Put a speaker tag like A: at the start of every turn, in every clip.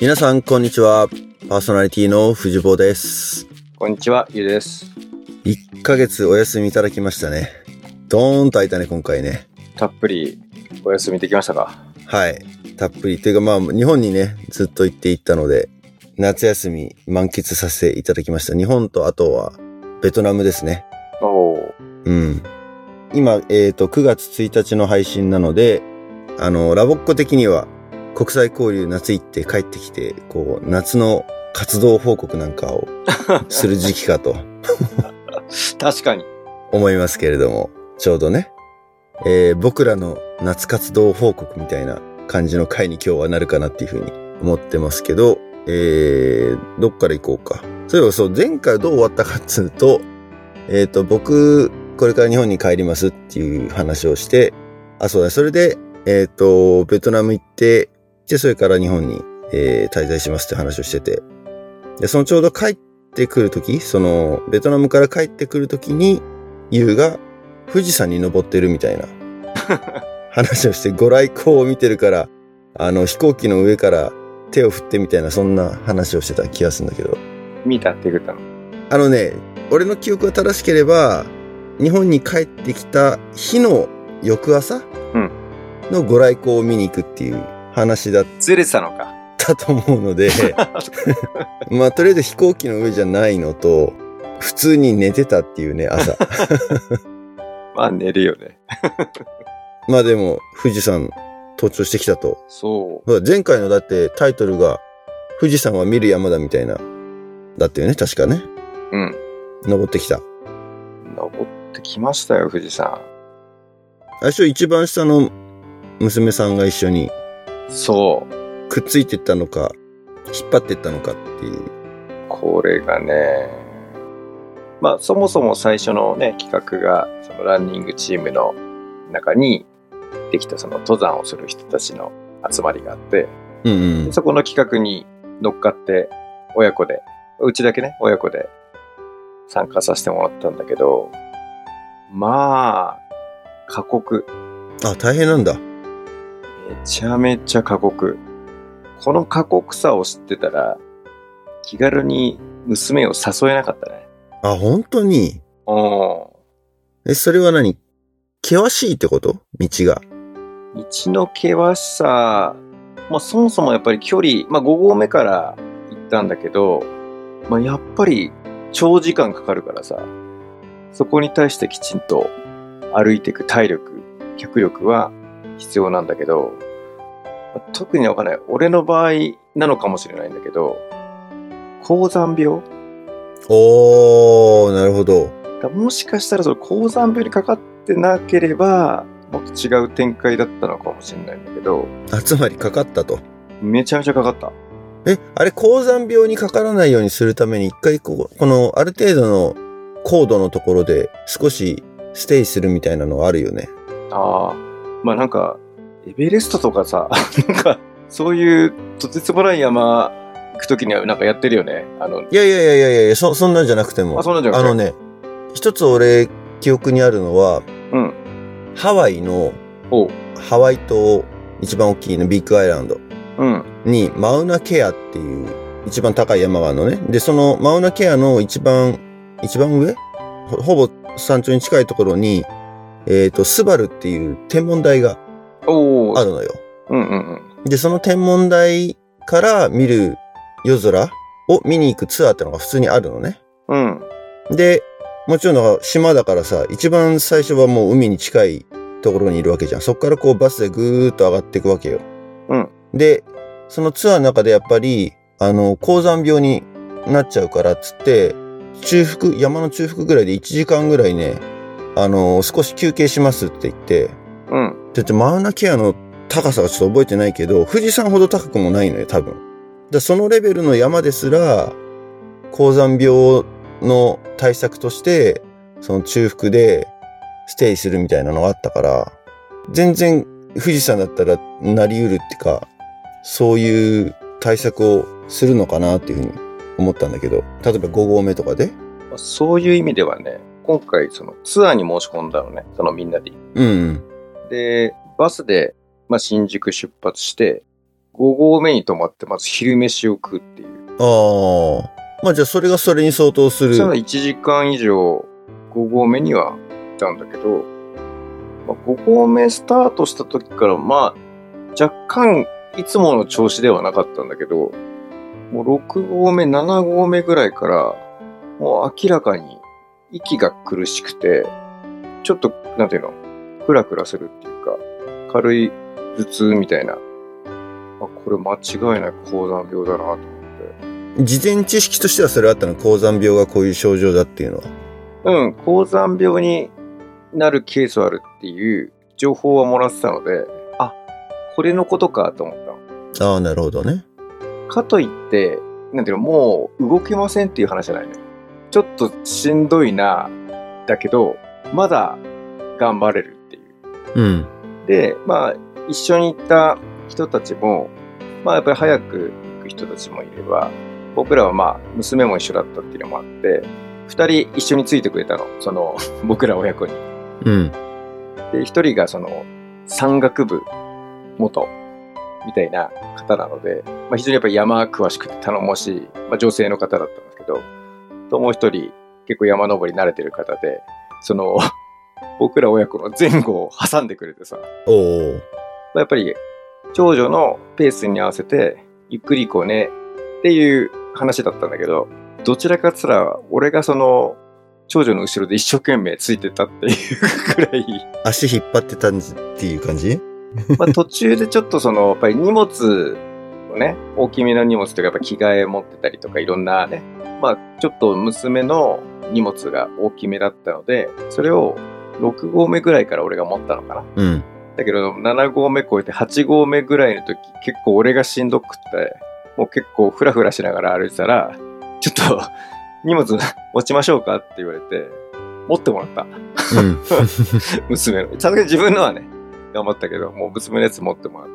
A: 皆さん、こんにちは。パーソナリティの藤坊です。
B: こんにちは、ゆうです。
A: 1ヶ月お休みいただきましたね。ドーンと空いたね、今回ね。
B: たっぷりお休みできましたか
A: はい。たっぷり。というか、まあ、日本にね、ずっと行っていったので、夏休み満喫させていただきました。日本とあとは、ベトナムですね。
B: おお。
A: うん。今、えっ、と、9月1日の配信なので、あの、ラボッコ的には、国際交流夏行って帰ってきて、こう、夏の活動報告なんかをする時期かと
B: 確かに。
A: 思いますけれども、ちょうどね、えー僕らの夏活動報告みたいな感じの回に今日はなるかなっていうふうに思ってますけど、えー、どっから行こうか。そういえばそう、前回どう終わったかっつうと、えっ、と、僕、これから日本に帰りますっていう話をして、あ、そうだ、それで、えっ、と、ベトナム行って、で、それから日本に、えー滞在しますって話をしてて、で、そのちょうど帰ってくるとき、その、ベトナムから帰ってくるときに、優が富士山に登ってるみたいな話をして、ご来光を見てるから、あの、飛行機の上から手を振ってみたいな、そんな話をしてた気がするんだけど。
B: 見たって言ってたの。
A: あのね、俺の記憶が正しければ、日本に帰ってきた日の翌朝
B: うん
A: のご来光を見に行くっていう話だっ
B: ずれてたのか。
A: たと思うの で、まあ、とりあえず飛行機の上じゃないのと、普通に寝てたっていうね、朝。
B: まあ寝るよね。
A: まあでも、富士山、登頂してきたと。
B: そ
A: ほら前回のだってタイトルが、富士山は見る山だみたいな、だったよね、確かね。
B: う。うん。
A: 登ってきた。
B: 登ってきましたよ、富士山。
A: 最初一番下の娘さんが一緒に
B: そう。
A: くっついてったのか、引っ張ってったのかっていう。
B: これがね。まあそもそも最初のね、企画が、そのランニングチームの中にできたその登山をする人たちの集まりがあって、
A: うんうん
B: で。そこの企画に乗っかって、親子で、うちだけね、親子で参加させてもらったんだけど、まあ、過酷。
A: あ、大変なんだ。
B: めちゃめちゃ過酷。この過酷さを知ってたら、気軽に娘を誘えなかったね。
A: あ、本当に。
B: う
A: え、それは何険しいってこと道が。
B: ん。道の険しさ、まあそもそもやっぱり距離、まあ5合目から行ったんだけど、まあやっぱり長時間かかるからさ、そこに対してきちんと歩いていく体力、脚力は必要なんだけど、まあ特にわかんない。俺の場合なのかもしれないんだけど、高山病
A: おー、なるほど。
B: だからもしかしたらその高山病にかかってなければ、もっと違う展開だったのかもしれないんだけど、
A: あ、つまりかかったと。
B: めちゃめちゃかかった。
A: え、あれ、高山病にかからないようにするために、一回こう、この、ある程度の高度のところで、少しステイするみたいなのはあるよね。
B: ああ、まあなんか、エベレストとかさ、 なんか、そういうとてつもない山行くときにはなんかやってるよね。あの、
A: いやいやいやいやいや、そ、そんなんじゃなくても。
B: あそんなんじゃなくて
A: あのね、一つ俺、記憶にあるのは、
B: うん。
A: ハワイの、
B: おう。
A: ハワイ島、一番大きいの、ビッグアイランド
B: うん。
A: に、マウナケアっていう、一番高い山があるのね。で、その、マウナケアの一番、一番上ほほぼ山頂に近いところに、えっ、と、スバルっていう天文台が
B: お
A: あ
B: お。
A: るのよ。
B: うんうんうん。
A: で、その天文台から見る夜空を見に行くツアーってのが普通にあるのね。
B: うん。
A: で、もちろんだから島だからさ、一番最初はもう海に近いところにいるわけじゃん。そっからこうバスでぐーっと上がっていくわけよ。
B: うん
A: で、そのツアーの中でやっぱり、あの、高山病になっちゃうからっつって、中腹、山の中腹ぐらいで1時間ぐらいね、あの、少し休憩しますって言って、
B: うん。
A: だってマウナケアの高さはちょっと覚えてないけど、富士山ほど高くもないのよ、多分。だからそのレベルの山ですら、高山病の対策として、その中腹でステイするみたいなのがあったから、全然富士山だったらなり得るってか、そういう対策をするのかなっていうふうに思ったんだけど、例えば5合目とかで
B: まあそういう意味ではね、今回そのツアーに申し込んだのね。そのみんなで
A: うん。
B: で、バスで、まあ、新宿出発して、5合目に泊まって、まず昼飯を食うっていう。
A: ああ。まあじゃあそれがそれに相当する。
B: その1時間以上5合目には行ったんだけど、まあ、5合目スタートした時からまあ若干いつもの調子ではなかったんだけどもう6合目7合目ぐらいからもう明らかに息が苦しくてちょっとなんていうのクラクラするっていうか軽い頭痛みたいなあこれ間違いない高山病だなと思って
A: 事前知識としてはそれあったの高山病がこういう症状だっていうのは。
B: うん、高山病になるケースはあるっていう情報はもらってたので、あ、これのことかと思ったの
A: ああ、なるほどね。。
B: かといって、なんていうの、もう動けませんっていう話じゃないね。ちょっとしんどいな、だけど、まだ頑張れるっていう。
A: うん。
B: で、まあ、一緒に行った人たちも、まあ、やっぱり早く行く人たちもいれば、僕らはまあ、娘も一緒だったっていうのもあって、二人一緒についてくれたの。その、僕ら親子に。
A: うん。
B: で、一人がその、山岳部元みたいな方なので、まあ、非常にやっぱり山詳しくて頼もしい、まあ、女性の方だったんですけど、ともう一人結構山登り慣れてる方で、その、 僕ら親子の前後を挟んでくれてさ、ま
A: おお。
B: あやっぱり長女のペースに合わせて、ゆっくり行こうねっていう話だったんだけど、どちらかっつったら、俺がその、長女の後ろで一生懸命ついてたっていうくらい、
A: 足引っ張ってたんじっていう感じ
B: まあ、途中でちょっとその、やっぱり荷物をね、大きめの荷物とか、やっぱ着替え持ってたりとか、いろんなね、まあ、ちょっと娘の荷物が大きめだったので、それを6合目ぐらいから俺が持ったのかな。
A: うん。
B: だけど、7合目超えて8合目ぐらいの時、結構俺がしんどくって、もう結構フラフラしながら歩いてたら、ちょっと荷物持ちましょうかって言われて、持ってもらった。
A: うん。
B: 娘の。さすがに自分のはね、頑張ったけど、もう娘のやつ持ってもらっ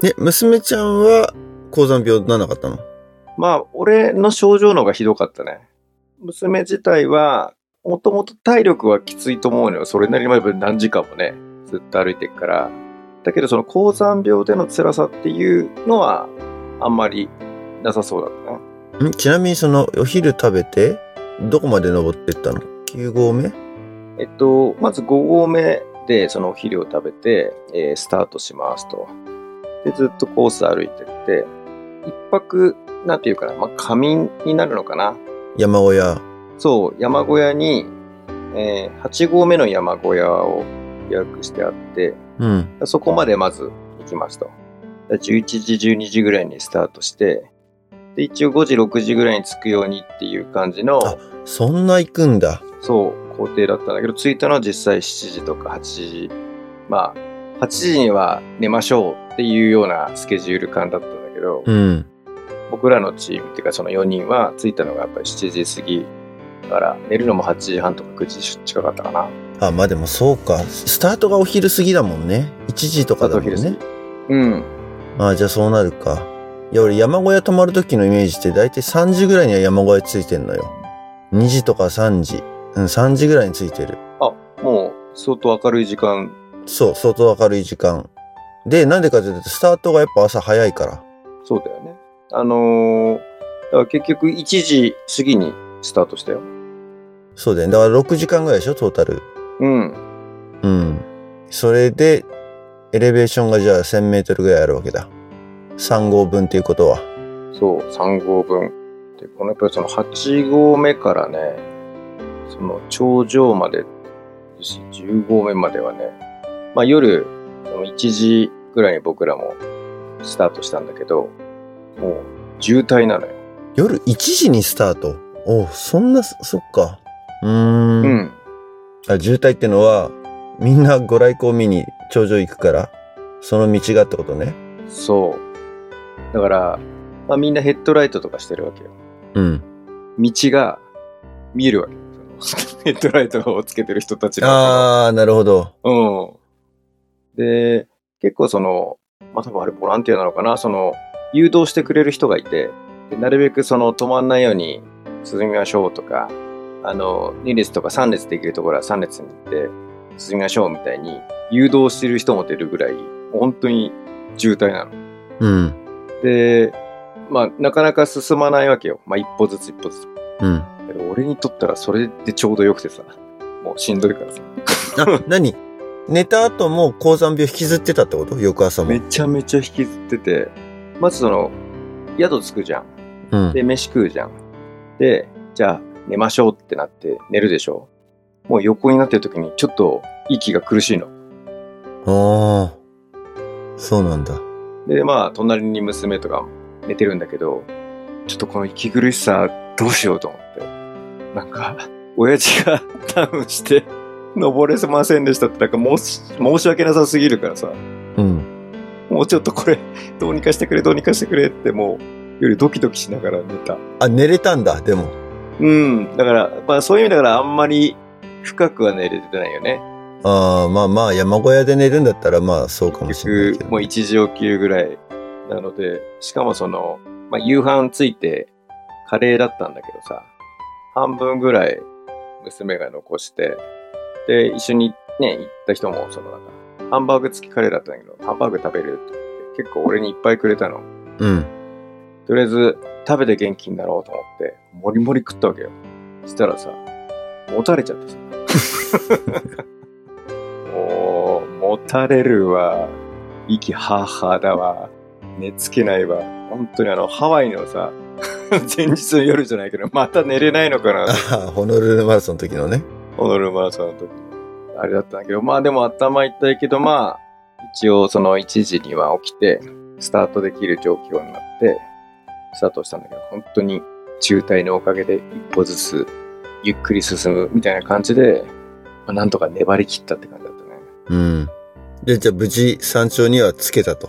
B: て。
A: え、娘ちゃんは高山病ならなかったの
B: まあ、俺の症状の方がひどかったね。娘自体は、もともと体力はきついと思うのよ。それなりにやっぱり何時間もね、ずっと歩いてるから。だけど、その高山病での辛さっていうのは、あんまりなさそうだったね。
A: んちなみにそのお昼食べて、どこまで登ってったの ?9 合目
B: えっと、まず5合目でそのお昼を食べて、えースタートしますと。で、ずっとコース歩いてって、一泊、なんていうかな、まあ、仮眠になるのかな。
A: 山小屋。
B: そう、山小屋に、えー8合目の山小屋を予約してあって、
A: うん。
B: そこまでまず行きますと。11時、12時ぐらいにスタートして、で、一応5時、6時ぐらいに着くようにっていう感じの、
A: あそんな行くんだ。
B: そう、工程だったんだけど、着いたのは実際7時とか8時、まあ、8時には寝ましょうっていうようなスケジュール感だったんだけど、
A: うん。
B: 僕らのチームっていうかその4人は着いたのがやっぱり7時過ぎだから寝るのも8時半とか9時近かったかな
A: あ、まあでもそうか。スタートがお昼過ぎだもんね。1時とかだもん
B: 佐藤
A: ね
B: 博。うん
A: ああ、じゃあそうなるか。いや、俺山小屋泊まる時のイメージって大体3時ぐらいには山小屋ついてんのよ。2時とか3時。うん、3時ぐらいについてる。
B: もう相当明るい時間
A: そう、相当明るい時間。で、なんでかというと、スタートがやっぱ朝早いから。
B: そうだよねあのーだから結局1時過ぎにスタートしたよ
A: そうだよね。だから6時間ぐらいでしょ、トータル。
B: うん
A: うん。それで、エレベーションがじゃあ1000メートルぐらいあるわけだ。3号分っていうことは。
B: そう3合分でこのやっぱりその8合目からねその頂上まで10合目まではねまあ夜その1時ぐらいに僕らもスタートしたんだけどもう渋滞なのよ
A: 夜1時にスタート。おうそんな、そっか。うーん。
B: うん
A: あ渋滞ってのは、みんなご来光見に頂上行くから、その道がってことね。
B: そう。だから、まあ、みんなヘッドライトとかしてるわけよ。
A: うん。
B: 道が見えるわけ。その ヘッドライトをつけてる人たちの。
A: あー、なるほど。
B: うん。で、結構その、まあ、多分あれボランティアなのかな、その、誘導してくれる人がいて、でなるべくその、止まんないように進みましょうとか、あの、2列とか3列できるところは3列に行って、進みましょうみたいに、誘導してる人も出るぐらい、本当に渋滞なの。
A: うん。
B: で、まあ、なかなか進まないわけよ。まあ、一歩ずつ一歩ずつ。
A: うん。あ、
B: だけど俺にとったらそれでちょうどよくてさ、もうしんどいからさ。
A: 何寝た後も高山病引きずってたってこと翌朝も
B: め。ちゃめちゃ引きずってて、まずその、宿着くじゃん。
A: うん。
B: で、飯食うじゃん。で、じゃあ寝ましょうってなって寝るでしょ。もう横になってる時にちょっと息が苦しいの。
A: ああ。そうなんだ。
B: で、まあ、隣に娘とか寝てるんだけど、ちょっとこの息苦しさどうしようと思って。なんか、親父が ダウンして、登れませんでしたって、なんか申し申し訳なさすぎるからさ、
A: うん。
B: もうちょっとこれ、 どうにかしてくれ、どうにかしてくれって、もう、夜ドキドキしながら寝た。
A: あ、寝れたんだ、でも。
B: うん。だから、まあそういう意味だからあんまり深くは寝れてないよね。
A: ああ、まあまあ、山小屋で寝るんだったら、まあ、そうかもしれない
B: 結
A: け
B: 局、
A: ど。
B: もう一時起きるぐらいなので、しかもその、まあ、夕飯ついて、カレーだったんだけどさ、半分ぐらい娘が残して、で、一緒にね、行った人も、そのなんか、ハンバーグ付きカレーだったんだけど、ハンバーグ食べるって言って、結構俺にいっぱいくれたの。
A: うん。
B: とりあえず、食べて元気になろうと思って、もりもり食ったわけよ。そしたらさ、もたれちゃってさ。もう、もたれるわ。息はーはーだわ。寝つけないわ。本当にあの、ハワイのさ、 前日の夜じゃないけど、また寝れないのかな
A: あ。あ、ホノルルマラソンの時のね。
B: ホノルルマラソンの時。あれだったんだけど、まあでも頭痛いけど、まあ、一応その1時には起きて、スタートできる状況になって、スタートしたんだけど、本当に渋滞のおかげで一歩ずつゆっくり進むみたいな感じで、まあ、なんとか粘り切ったって感じだったね。
A: うん。で、じゃあ、無事、山頂にはつけたと。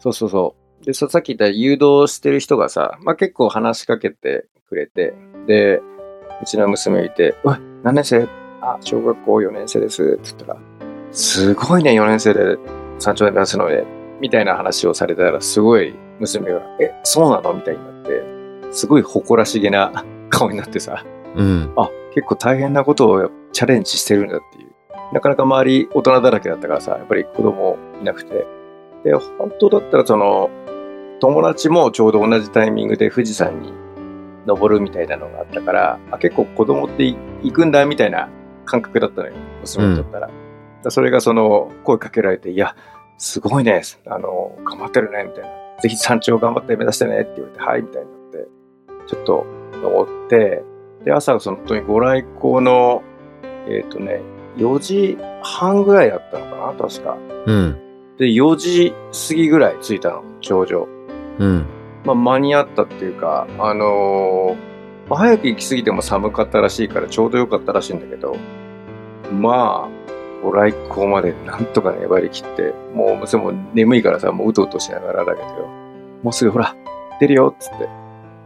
B: そうそうそう。で、ささっき言った誘導してる人がさ、まあ、結構話しかけてくれて、で、うちの娘がいて、うわ、何年生あ、小学校4年生です。って言ったら、すごいね、4年生で山頂で出すので、みたいな話をされたら、すごい娘が、え、そうなのみたいになって、すごい誇らしげな顔になってさ、
A: うん。
B: あ、結構大変なことをチャレンジしてるんだっていう。なかなか周り大人だらけだったからさ、やっぱり子供いなくて。で、本当だったらその、友達もちょうど同じタイミングで富士山に登るみたいなのがあったから、あ結構子供ってい行くんだみたいな感覚だったのよ、娘にとったら。だからそれがその、声かけられて、いや、すごいね、あの、頑張ってるね、みたいな。ぜひ山頂頑張って目指してねって言われて、はい、みたいになって、ちょっと登って、で、朝、その本当にご来光の、えっ、とね、4時半ぐらいだったのかな、確か。
A: うん。
B: で、4時過ぎぐらい着いたの、頂上。
A: うん。
B: まあ、間に合ったっていうか、あのーまあ早く行き過ぎても寒かったらしいからちょうどよかったらしいんだけど、まあ、ご来光までなんとか粘り切って、もう娘も眠いからさ、もううとうとしながらだけどよ、もうすぐほら、出るよっつって。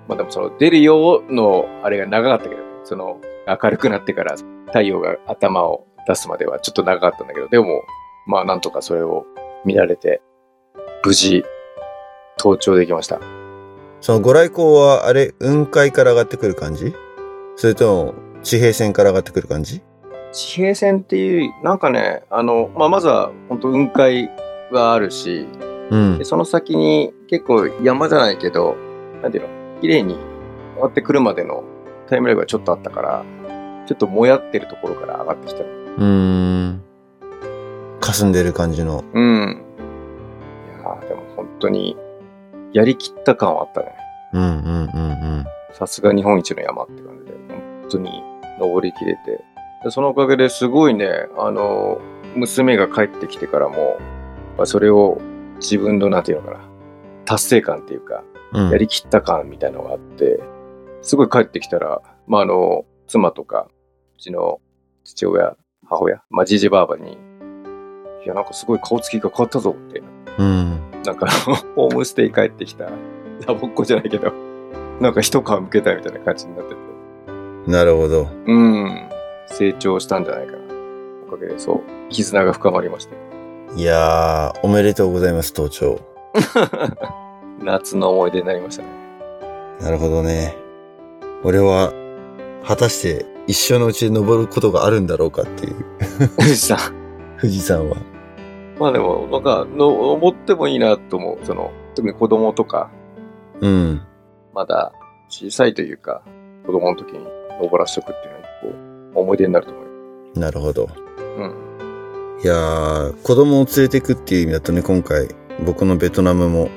B: まあでもその出るよのあれが長かったけどね、その明るくなってから太陽が頭を出すまではちょっと長かったんだけど、でも、まあなんとかそれを見られて、無事、登頂できました。
A: そのご来光は、あれ、雲海から上がってくる感じそれとも、地平線から上がってくる感じ
B: 地平線っていう、なんかね、あの、まあ、まずは、本当雲海はあるし、
A: うん
B: で。その先に結構山じゃないけど、なんていうの、綺麗に上がってくるまでのタイムラグがちょっとあったから、ちょっともやってるところから上がってきた。
A: うーん。霞んでる感じの。
B: うん。いやーでも本当に、やりきった感はあったね。
A: うんうんうん
B: さすが日本一の山って感じで、本当に登りきれて。でそのおかげですごいね、あの、娘が帰ってきてからも、まあそれを自分の、なんていうのかな、達成感っていうか、
A: うん。うん
B: やりきった感みたいなのがあって、すごい帰ってきたら、まあ、あの、妻とか、うちの父親、母親、まあ、じいじばあばに、いや、なんかすごい顔つきが変わったぞって、
A: うん。
B: なんかあの、ホームステイ帰ってきた、ダボっ子じゃないけど、なんか一皮むけたみたいな感じになってて。
A: なるほど。
B: うん。成長したんじゃないかな。おかげで、そう。絆が深まりました。
A: いやー、おめでとうございます、登頂。
B: 夏の思い出になりましたね。
A: なるほどね。俺は、果たして一生のうちに登ることがあるんだろうかっていう、
B: 富士山。
A: 富士山は。
B: まあでも、なんか、の、思ってもいいなと思う。その、特に子供とか、
A: うん。
B: まだ小さいというか、子供の時に登らしとくっていうのは、こう、思い出になると思う。
A: なるほど。
B: うん。
A: いやー、子供を連れてくっていう意味だとね、今回、僕のベトナムも、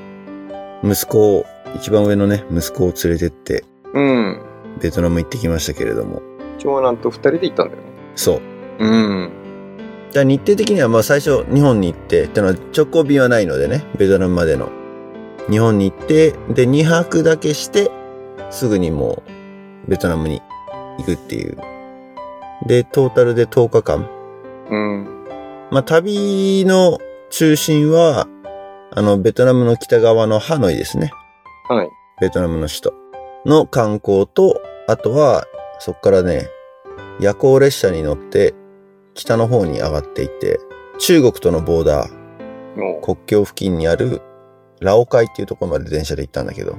A: 息子を、一番上のね、息子を連れてって、
B: うん。
A: ベトナム行ってきましたけれども。
B: 長男と二人で行ったんだよね。
A: そう。
B: うん。
A: じゃあ日程的には、まあ最初、日本に行って、ってのは直行便はないのでね、ベトナムまでの。日本に行って、で、2泊だけして、すぐにもう、ベトナムに行くっていう。で、トータルで10日間。
B: うん。
A: まあ、旅の中心は、あの、ベトナムの北側のハノイですね。
B: はい。
A: ベトナムの首都の観光と、あとは、そこからね、夜行列車に乗って、北の方に上がっていって、中国とのボーダー、
B: も
A: 国境付近にある、ラオカイっていうところまで電車で行ったんだけど、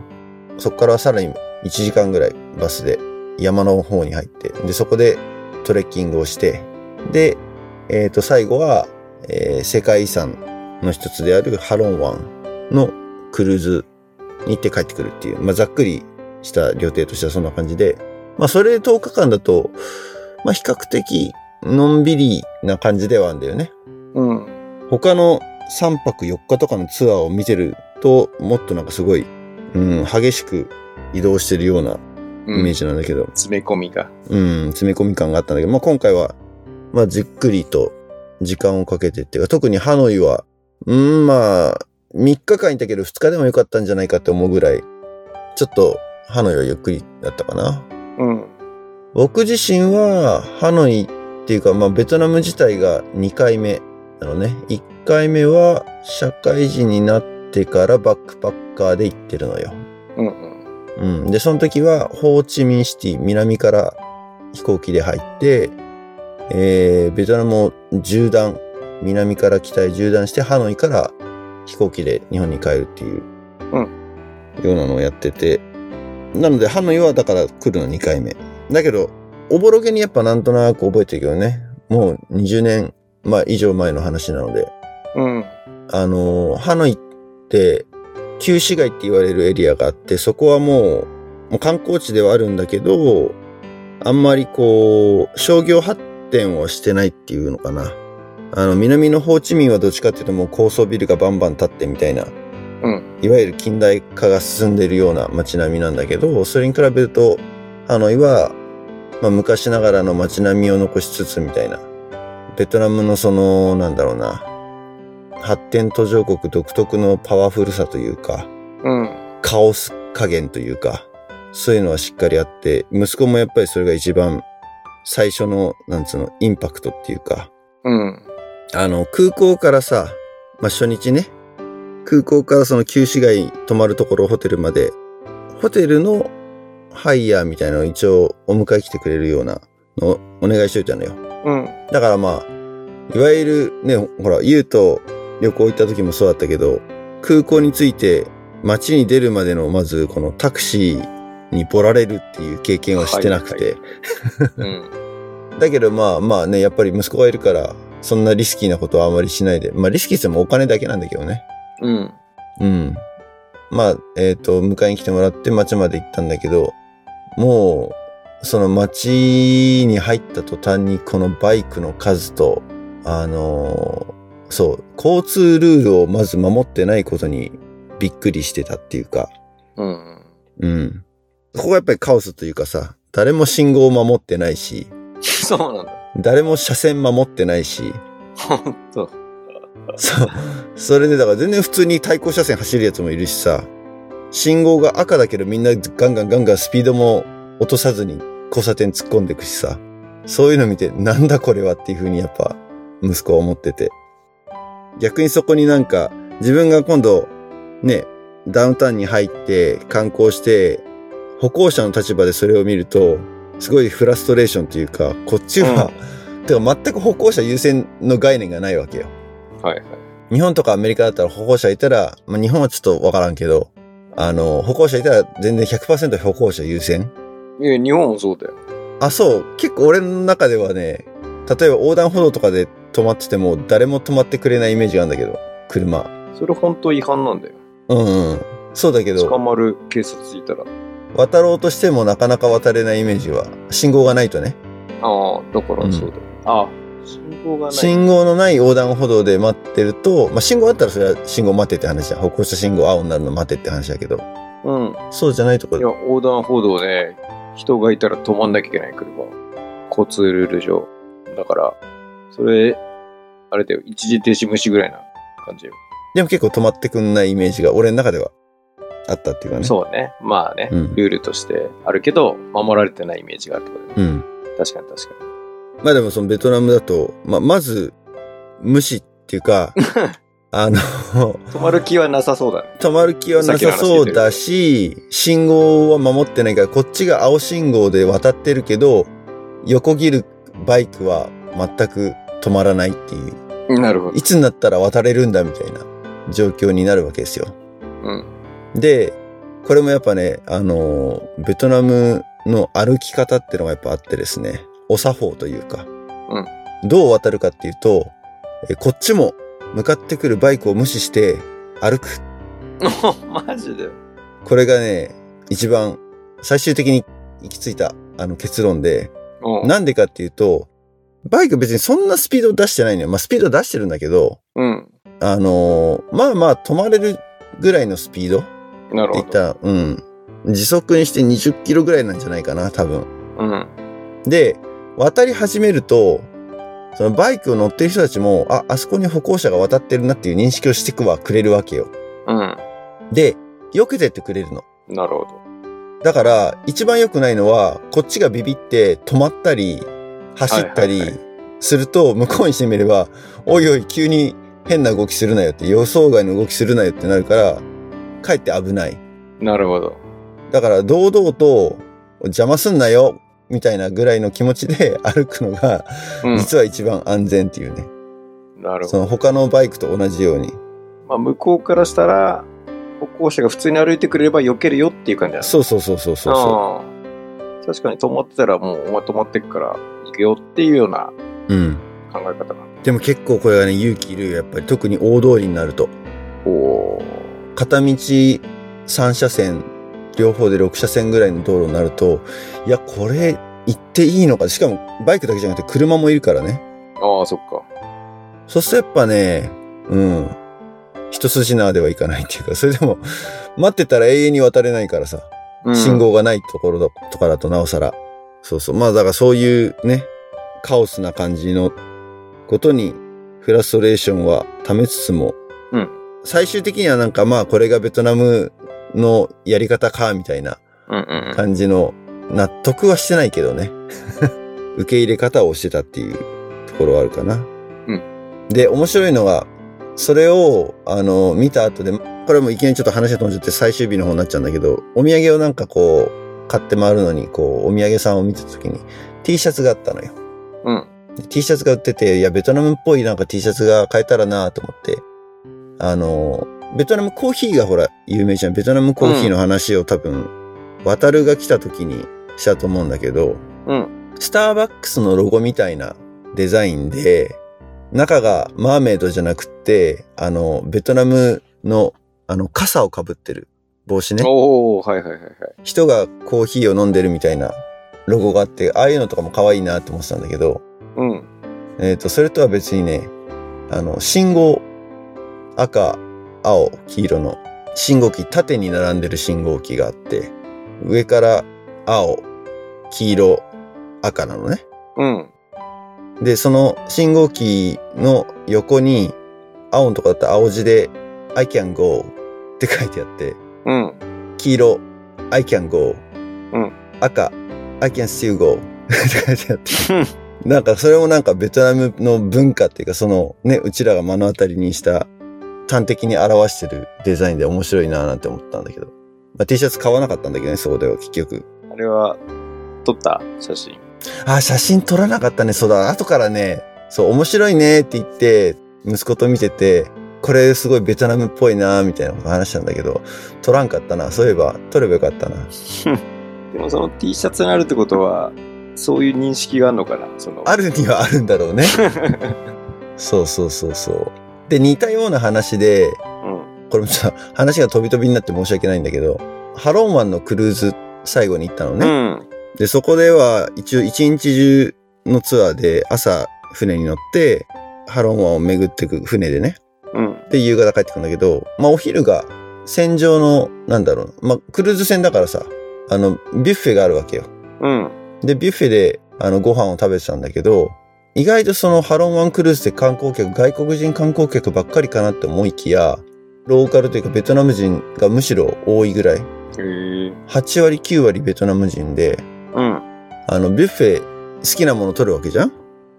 A: そこからさらに1時間ぐらいバスで山の方に入って、で、そこでトレッキングをして、で、えっ、と、最後は、えー世界遺産の一つであるハロン湾のクルーズに行って帰ってくるっていう、まあ、ざっくりした旅程としてはそんな感じで、まあ、それ10日間だと、まあ、比較的のんびりな感じではあるんだよね。
B: う。うん。
A: 他の3泊4日とかのツアーを見てると、もっとなんかすごい、うん、激しく移動してるようなイメージなんだけど、
B: 詰め込みが。
A: うん、詰め込み感があったんだけど、まあ、今回は、まあ、じっくりと時間をかけてっていうか、特にハノイは、うん、まあ、3日間いたけど2日でもよかったんじゃないかって思うぐらい、ちょっとハノイはゆっくりだったかな。
B: うん。
A: 僕自身はハノイっていうか、まあ、ベトナム自体が2回目なのね1回目は社会人になってからバックパッカーで行ってるのよ、
B: うんうん。
A: うん、でその時はホーチミンシティ南から飛行機で入って、えー、ベトナムを縦断南から北へ縦断してハノイから飛行機で日本に帰るっていう、
B: うん
A: ようなのをやっててなのでハノイはだから来るの2回目だけどおぼろげにやっぱなんとなく覚えてるけどねもう20年、まあ、以上前の話なので
B: うん。
A: あの、ハノイって、旧市街って言われるエリアがあって、そこはもう、もう観光地ではあるんだけど、あんまりこう、商業発展をしてないっていうのかな。あの、南のホーチミンはどっちかっていうともう高層ビルがバンバン建ってみたいな、
B: うん。
A: いわゆる近代化が進んでいるような街並みなんだけど、それに比べると、ハノイは、まあ、昔ながらの街並みを残しつつみたいな、ベトナムのその、なんだろうな、発展途上国独特のパワフルさというか、
B: うん。
A: カオス加減というか、そういうのはしっかりあって、息子もやっぱりそれが一番最初の、なんつうの、インパクトっていうか、
B: うん。
A: あの、空港からさ、まあ、初日ね、空港からその旧市街泊まるところホテルまで、ホテルのハイヤーみたいなのを一応お迎え来てくれるようなのをお願いしといたのよ。
B: うん。
A: だからまあ、いわゆるね、ほら、ゆうと旅行行った時もそうだったけど、空港に着いて街に出るまでのまずこのタクシーにボられるっていう経験はしてなくて、
B: うん。
A: だけどまあまあね、やっぱり息子がいるから、そんなリスキーなことはあまりしないで。まあリスキーって言ってもお金だけなんだけどね。
B: うん。
A: うん。まあ、えっ、と、迎えに来てもらって町まで行ったんだけど、もう、その町に入った途端にこのバイクの数と、あのーそう、交通ルールをまず守ってないことにびっくりしてたっていうか、
B: うん。
A: うん。ここがやっぱりカオスというかさ、誰も信号を守ってないし、
B: そうなんだ。
A: 誰も車線守ってないし、
B: ほんと。
A: そう。それで、だから全然普通に対向車線走るやつもいるしさ、信号が赤だけどみんなガンガンガンガンスピードも落とさずに交差点突っ込んでいくしさ、そういうの見て、なんだこれはっていう風にやっぱ、息子は思ってて。逆にそこになんか、自分が今度、ね、ダウンタウンに入って観光して、歩行者の立場でそれを見ると、すごいフラストレーションというか、こっちは、てか全く歩行者優先の概念がないわけよ。
B: はいはい。
A: 日本とかアメリカだったら歩行者いたら、まあ、日本はちょっとわからんけど、あの、歩行者いたら全然100%歩行者優先。
B: いや、日本もそうだよ。
A: あ、そう。結構俺の中ではね、例えば横断歩道とかで止まってても誰も止まってくれないイメージがあるんだけど、車。
B: それ本当違反なんだよ。
A: うんうん。そうだけ
B: 捕
A: ど、
B: まる警察いたら。
A: 渡ろうとしてもなかなか渡れないイメージは、信号がないとね。
B: ああ、だからそうだ。ああ、信号がない。
A: 信号のない横断歩道で待ってると、まあ、信号あったらそれは信号待てって話じゃん。歩行者信号青になるの待てって話だけど、
B: うん。
A: そうじゃないとこ
B: いや、
A: ろ。
B: 横断歩道で人がいたら止まんなきゃいけない、車は。交通ルール上。だから、それ、あれだよ、一時停止無視ぐらいな感じよ。
A: でも結構止まってくんないイメージが俺の中ではあったっていうかね。
B: そうね。まあね、
A: うん
B: ルールとしてあるけど、守られてないイメージがあるってことだよ
A: う
B: ね。
A: ん。
B: 確かに確かに。
A: まあでもそのベトナムだと、まあまず、無視っていうか、あの、
B: 止まる気はなさそうだね。
A: 止まる気はなさそうだし、信号は守ってないから、こっちが青信号で渡ってるけど、横切るバイクは全く止まらないっていう、
B: なるほど。
A: いつになったら渡れるんだみたいな状況になるわけですよ。
B: うん。
A: で、これもやっぱね、あの、ベトナムの歩き方ってのがやっぱあってですね、お作法というか、どう渡るかっていうと、えこっちも向かってくるバイクを無視して歩く。
B: マジで。
A: これがね、一番最終的に行き着いたあの結論で、
B: うん。
A: なんでかっていうと、バイク別にそんなスピード出してないのよ。まあ、スピード出してるんだけど、
B: うん。
A: あのーまあまあ止まれるぐらいのスピード
B: なる
A: って
B: ほ
A: 言った
B: ど。
A: ら、うん。時速にして20キロぐらいなんじゃないかな、多分。
B: うん。
A: で、渡り始めると、そのバイクを乗ってる人たちも、あ、あそこに歩行者が渡ってるなっていう認識をしてくはくれるわけよ。
B: うん。
A: で、避けてってくれるの。
B: なるほど。
A: だから、一番良くないのは、こっちがビビって止まったり、走ったり
B: はいはいは
A: すると、向こうにしてみれば、おいおい、急に変な動きするなよって、予想外の動きするなよってなるから、かえって危ない。
B: なるほど。
A: だから堂々と邪魔すんなよみたいなぐらいの気持ちで 歩くのが
B: うん。
A: 実は一番安全っていうね、
B: なるほ
A: そ
B: ど。
A: の他のバイクと同じように
B: まあ、向こうからしたら、歩行者が普通に歩いてくれれば避けるよっていう感じだね
A: そうそうそうそうそうそ
B: ああ確かに止まってたらもうお前止まってくから行くよっていうような
A: ううん
B: 考え方なん
A: でも結構これはね勇気いるよやっぱり特に大通りになると
B: おー
A: 片道3車線両方で6車線ぐらいの道路になるといやこれ行っていいのかしかもバイクだけじゃなくて車もいるからね
B: ああそっか
A: そうするとやっぱね、うん。一筋縄ではいかないっていうか、それでも、待ってたら永遠に渡れないからさ、
B: うん
A: 信号がないところだとかだとなおさら。そうそう。まあだからそういうね、カオスな感じのことに、フラストレーションは溜めつつも、
B: うん
A: 最終的にはなんかまあこれがベトナムのやり方か、みたいな
B: うんうん
A: 感じの納得はしてないけど ね。受け入れ方をしてたっていうところはあるかな。
B: う
A: で、面白いのが、それを、あの、見た後で、これもいきなりちょっと話が飛んじゃって最終日の方になっちゃうんだけど、お土産をなんかこう、買って回るのに、こう、お土産さんを見てた時に、T シャツがあったのよ。
B: うん
A: で T シャツが売ってて、いや、ベトナムっぽいなんか T シャツが買えたらなと思って、あの、ベトナムコーヒーがほら、有名じゃん。ベトナムコーヒーの話を多分、渡るが来た時にしたと思うんだけど、
B: うん
A: スターバックスのロゴみたいなデザインで、中がマーメイドじゃなくって、あの、ベトナムの、あの、傘をかぶってる帽子ね。
B: おおはいはいはいはい
A: 人がコーヒーを飲んでるみたいなロゴがあって、ああいうのとかも可愛いなって思ってたんだけど、
B: うん
A: えっ、と、それとは別にね、あの、信号、赤、青、黄色の信号機、縦に並んでる信号機があって、上から青、黄色、赤なのね。
B: うん
A: で、その信号機の横に、青のとこだったら青字で、I can go って書いてあって、
B: うん
A: 黄色、I can go。
B: うん
A: 赤、I can still go って書いてあって。なんかそれもなんかベトナムの文化っていうかそのね、うちらが目の当たりにした端的に表してるデザインで面白いなーなんて思ったんだけど。まあ、T シャツ買わなかったんだけどね、そこでは結局。
B: あれは撮った写真
A: あー、写真撮らなかったね、そうだ。後からね、そう、面白いねーって言って、息子と見てて、これすごいベトナムっぽいなーみたいなこと話したんだけど、撮らんかったな。そういえば、撮ればよかったな。
B: でもその T シャツになるってことはそういう認識があるのかなその
A: あるにはあるんだろう ね。そうそうそうそう。で、似たような話で、
B: うん
A: これもさ、話が飛び飛びになって申し訳ないんだけど、ハローマンのクルーズ最後に行ったの
B: う
A: ね。
B: ん。
A: で、そこでは一応一日中のツアーで朝船に乗って、ハローマンを巡ってく船でね。
B: うん。
A: で、夕方帰ってくんだけど、まあお昼が船上の、なんだろうな、まあクルーズ船だからさ、あの、ビュッフェがあるわけよ。
B: うん。
A: で、ビュッフェで、あの、ご飯を食べてたんだけど、意外とそのハロンワンクルーズって観光客、外国人観光客ばっかりかなって思いきや、ローカルというかベトナム人がむしろ多いぐらい、
B: へえ。
A: 8割9割ベトナム人で、
B: うん。
A: あの、ビュッフェ好きなもの取るわけじゃん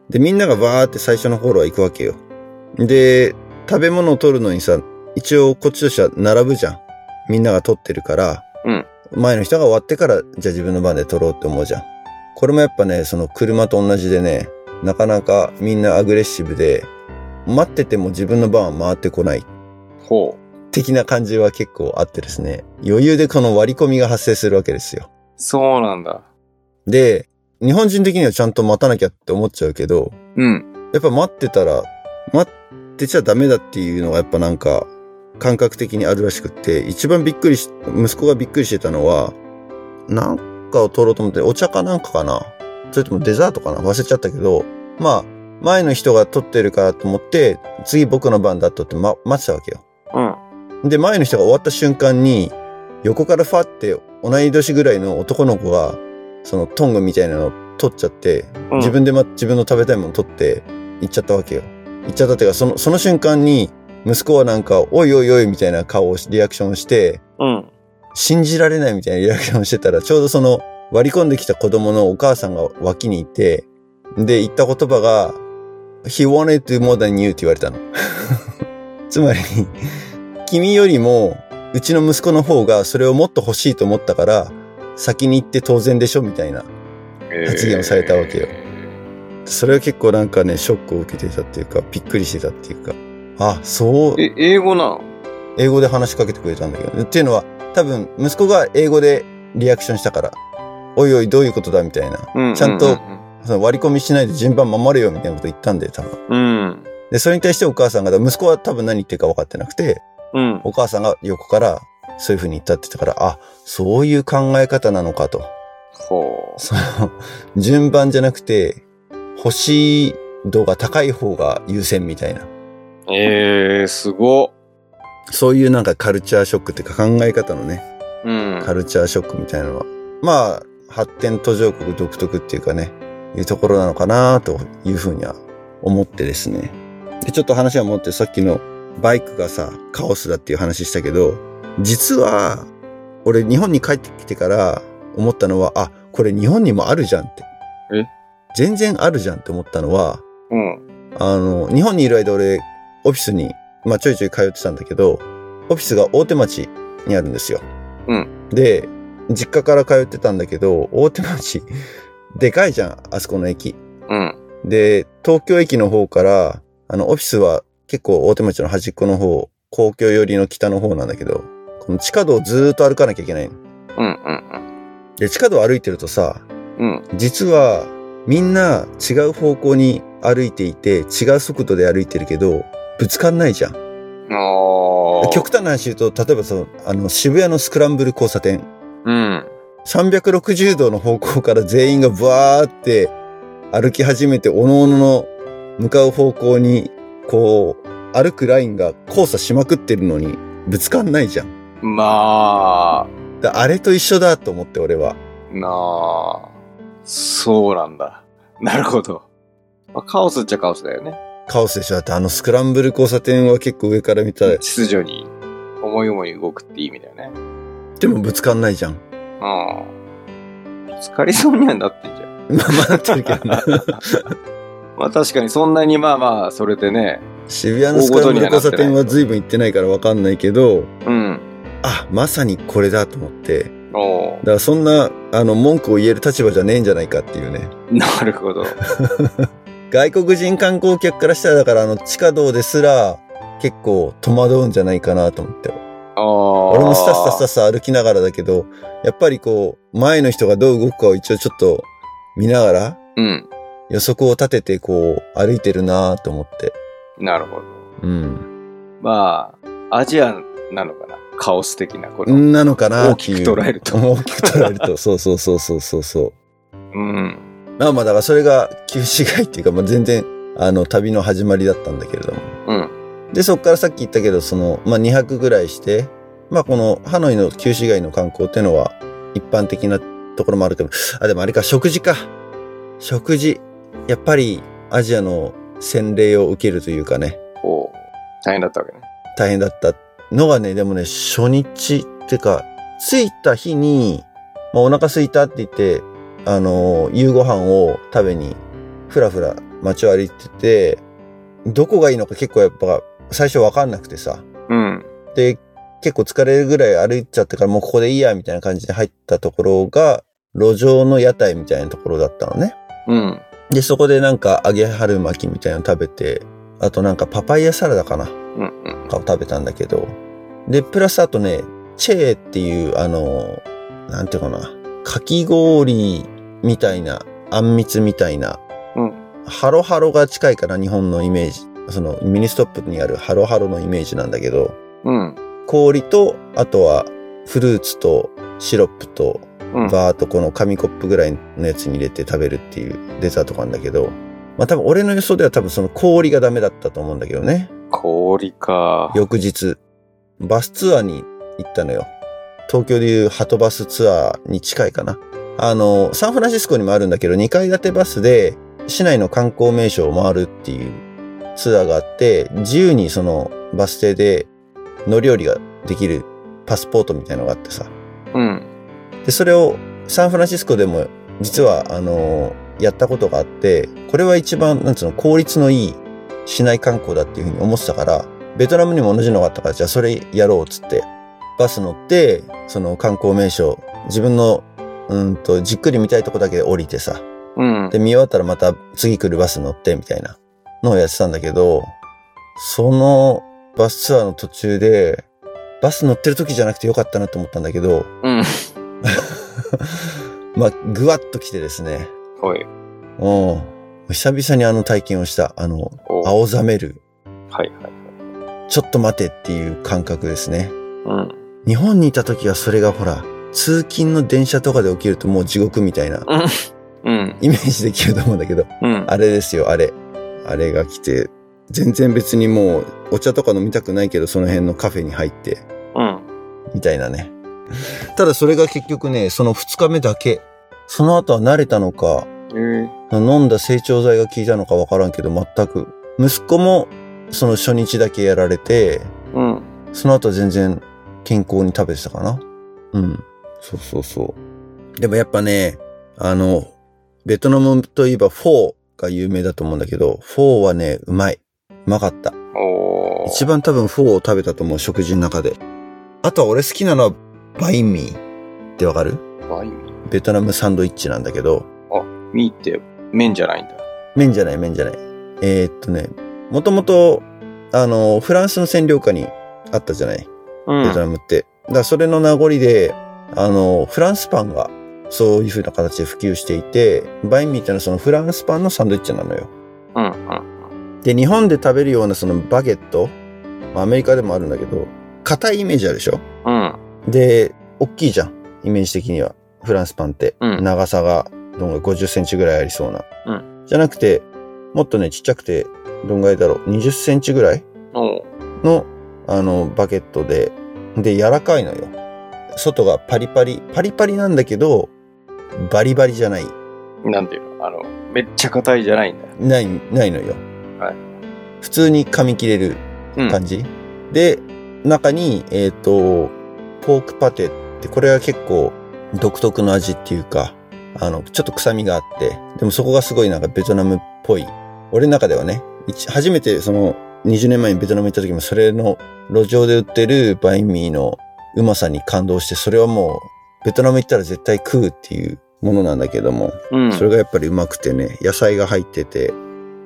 A: で、みんながバーって最初の頃は行くわけよ。で、食べ物を取るのにさ、一応こっちとしては並ぶじゃん。みんなが取ってるから、
B: うん
A: 前の人が終わってから、じゃあ自分の番で取ろうって思うじゃん。これもやっぱね、その車と同じでね、なかなかみんなアグレッシブで、待ってても自分の番は回ってこない。
B: ほう。
A: 的な感じは結構あってですね、余裕でこの割り込みが発生するわけですよ。
B: そうなんだ。
A: で、日本人的にはちゃんと待たなきゃって思っちゃうけど、
B: うん。
A: やっぱ待ってたら、待ってちゃダメだっていうのがやっぱなんか、感覚的にあるらしくって、一番びっくりし、息子がびっくりしてたのは、なんかを取ろうと思って、お茶かなんかかなそれともデザートかな忘れちゃったけど、まあ、前の人が取ってるからと思って、次僕の番だとって、ま、待ってたわけよ。
B: うん。
A: で、前の人が終わった瞬間に、横からファって同い年ぐらいの男の子が、そのトングみたいなのを取っちゃって、
B: うん
A: 自分で、ま、自分の食べたいもの取って行っちゃったわけよ。行っちゃったっていうか、その、その瞬間に、息子はなんか、おいおいおいみたいな顔をし、リアクションして、
B: うん。
A: 信じられないみたいなリアクションしてたら、ちょうどその割り込んできた子供のお母さんが脇にいて、で、言った言葉が、He wanted to more than you って言われたの。 つまり、君よりも、うちの息子の方がそれをもっと欲しいと思ったから、先に行って当然でしょみたいな。発言をされたわけよそれは結構なんかね、ショックを受けてたっていうか、びっくりしてたっていうか、あ、そう、
B: え、英語なの
A: 英語で話しかけてくれたんだけど。っていうのは、多分、息子が英語でリアクションしたから、おいおい、どういうことだみたいな。
B: うん。
A: ちゃんとその割り込みしないで順番守れよみたいなこと言ったんで、多分。
B: うん。
A: で、それに対してお母さんが、息子は多分何言ってるか分かってなくて、
B: うん。
A: お母さんが横から、そういう風に言ったって言ったから、あ、そういう考え方なのかと。
B: ほ
A: その、順番じゃなくて、欲しい度が高い方が優先みたいな。
B: う。ええ、すご。
A: そういうなんかカルチャーショックっていうか考え方のね、
B: うん。
A: カルチャーショックみたいなのは、まあ、発展途上国独特っていうかね、いうところなのかなというふうには思ってですね。で、ちょっと話は持ってさっきのバイクがさ、カオスだっていう話したけど、実は、俺日本に帰ってきてから思ったのは、あ、これ日本にもあるじゃんって。
B: え
A: 全然あるじゃんって思ったのは、
B: うん。
A: あの、日本にいる間俺、オフィスに、まあちょいちょい通ってたんだけど、オフィスが大手町にあるんですよ。
B: う
A: で、実家から通ってたんだけど、大手町、でかいじゃん、あそこの駅。
B: うん。
A: で、東京駅の方から、あの、オフィスは結構大手町の端っこの方、公共寄りの北の方なんだけど、この地下道をずーっと歩かなきゃいけないの。
B: うん。うん。
A: で、地下道を歩いてるとさ、
B: うん。
A: 実はみんな違う方向に歩いていて違う速度で歩いてるけどぶつかんないじゃん。
B: うん。ああ。
A: 極端な話言うと例えばそのあの渋谷のスクランブル交差点
B: うん。
A: 360度の方向から全員がブワーって歩き始めておののの向かう方向にこう歩くラインが交差しまくってるのにぶつかんないじゃん。
B: まあ、
A: だあれと一緒だと思って俺は。
B: なあ、そうなんだ。なるほど。まあ、カオスっちゃカオスだよね。
A: カオスでしょだってあのスクランブル交差点は結構上から見たら
B: 秩序に思い思い動くって意味だよね。
A: でもぶつかんないじゃん。
B: うん。ぶつかりそうにはなってんじゃん。
A: まあまあなってるけどな。
B: まあ確かにそんなにまあまあ、それでね。
A: 渋谷のスクランブル交差点は随分行ってないから分かんないけど、
B: うん。
A: あ、まさにこれだと思って。
B: お
A: だからそんな、あの、文句を言える立場じゃねえんじゃないかっていうね。
B: ーなるほど。
A: 外国人観光客からしたら、だからあの、地下道ですら、結構戸惑うんじゃないかなと思って。
B: ああ。
A: 俺もスタスタスタスタ歩きながらだけど、やっぱりこう、前の人がどう動くかを一応ちょっと見ながら、
B: うん。
A: 予測を立ててこう、歩いてるなと思って。
B: なるほど。
A: うん。
B: まあ、アジアなのかな。カオス的な、この。
A: なのかなっていう
B: 大きく捉えると
A: 大きく捉えると。そうそうそうそうそう そう。
B: うん。
A: まあまあ、だからそれが旧市街っていうか、まあ全然、あの、旅の始まりだったんだけれども。
B: うん。
A: で、そっからさっき言ったけど、その、まあ2泊ぐらいして、まあこのハノイの旧市街の観光っていうのは一般的なところもあるけど、あ、でもあれか、食事か。食事。やっぱりアジアの洗礼を受けるというかね、
B: こう、大変だったわけね。
A: 大変だったのがね、でもね、初日ってか、着いた日に、まあお腹空いたって言って、あの、夕ご飯を食べに、ふらふら街を歩いてて、どこがいいのか結構やっぱ最初わかんなくてさ。
B: うん。
A: で、結構疲れるぐらい歩いちゃったからもうここでいいや、みたいな感じで入ったところが、路上の屋台みたいなところだったのね。
B: うん。
A: で、そこでなんか揚げ春巻きみたいなの食べて、あとなんかパパイヤサラダかな
B: うん。うん。
A: かを食べたんだけど。で、プラスあとね、チェーっていう、あの、なんていうかな、かき氷みたいな、あんみつみたいな、
B: うん
A: ハロハロが近いかな、日本のイメージ。その、ミニストップにあるハロハロのイメージなんだけど、
B: うん。
A: 氷と、あとはフルーツとシロップと、
B: うん。
A: バーっとこの紙コップぐらいのやつに入れて食べるっていうデザートなんだけど、まあ多分俺の予想では多分その氷がダメだったと思うんだけどね。
B: 氷か。
A: 翌日、バスツアーに行ったのよ。東京でいうハトバスツアーに近いかな。あの、サンフランシスコにもあるんだけど、2階建てバスで市内の観光名所を回るっていうツアーがあって、自由にそのバス停で乗り降りができるパスポートみたいのがあってさ。
B: うん。
A: で、それをサンフランシスコでも実は、あの、やったことがあって、これは一番、なんつうの、効率のいい市内観光だっていうふうに思ってたから、ベトナムにも同じのがあったから、じゃあそれやろうっつって、バス乗って、その観光名所、自分の、うんと、じっくり見たいとこだけ降りてさ、
B: うん。
A: で、見終わったらまた次来るバス乗って、みたいなのをやってたんだけど、そのバスツアーの途中で、バス乗ってる時じゃなくてよかったなと思ったんだけど、
B: うん。
A: まあ、ぐわっと来てですね。
B: はい。
A: うん。久々にあの体験をした、あの、
B: おはい
A: 青ざめる、
B: はいはい。
A: ちょっと待てっていう感覚ですね。
B: うん。
A: 日本にいた時はそれがほら、通勤の電車とかで起きるともう地獄みたいな
B: うん。
A: イメージできると思うんだけど、
B: うん。
A: あれですよ、あれ。あれが来て、全然別にもうお茶とか飲みたくないけど、その辺のカフェに入って、
B: うん。
A: みたいなね。 ただそれが結局ね、その2日目だけ。その後は慣れたのか、
B: えー
A: 飲んだ成長剤が効いたのかわからんけど、全く。息子も、その初日だけやられて、
B: うん。
A: その後全然健康に食べてたかな。うん。そうそうそう。でもやっぱね、あの、ベトナムといえばフォーが有名だと思うんだけど、フォーはね、うまい。うまかった。
B: おー。
A: 一番多分フォーを食べたと思う、食事の中で。あとは俺好きなのは、バインミーってわかる
B: ワイン
A: ベトナムサンドイッチなんだけど、
B: ミーって麺じゃないんだ。
A: 麺じゃない、麺じゃない。えーっとね、もともと、あの、フランスの占領下にあったじゃない、
B: う
A: ベトナムって。だからそれの名残で、あの、フランスパンが、そういう風な形で普及していて、バインミーってのはそのフランスパンのサンドイッチなのよ。
B: うんうん。
A: で、日本で食べるようなそのバゲット、まあアメリカでもあるんだけど、硬いイメージあるでしょ
B: うん。
A: で、大きいじゃん。イメージ的には。フランスパンって。
B: うん
A: 長さが、どんぐらい50センチぐらいありそうな。
B: う
A: じゃなくて、もっとね、ちっちゃくて、どんぐらいだろう。20センチぐらい
B: おー
A: の、あの、バケットで、で、柔らかいのよ。外がパリパリ。パリパリなんだけど、バリバリじゃない。
B: なんていうのあの、めっちゃ硬いじゃないんだ。
A: ない、ないのよ。
B: はい
A: 普通に噛み切れる
B: うん。
A: 感じ。で、中に、えっ、と、ポークパテって、これは結構独特の味っていうか、あの、ちょっと臭みがあって、でもそこがすごいなんかベトナムっぽい。俺の中ではね、一初めてその20年前にベトナム行った時もそれの路上で売ってるバインミーのうまさに感動して、それはもうベトナム行ったら絶対食うっていうものなんだけども、
B: うん。
A: それがやっぱりうまくてね、野菜が入ってて、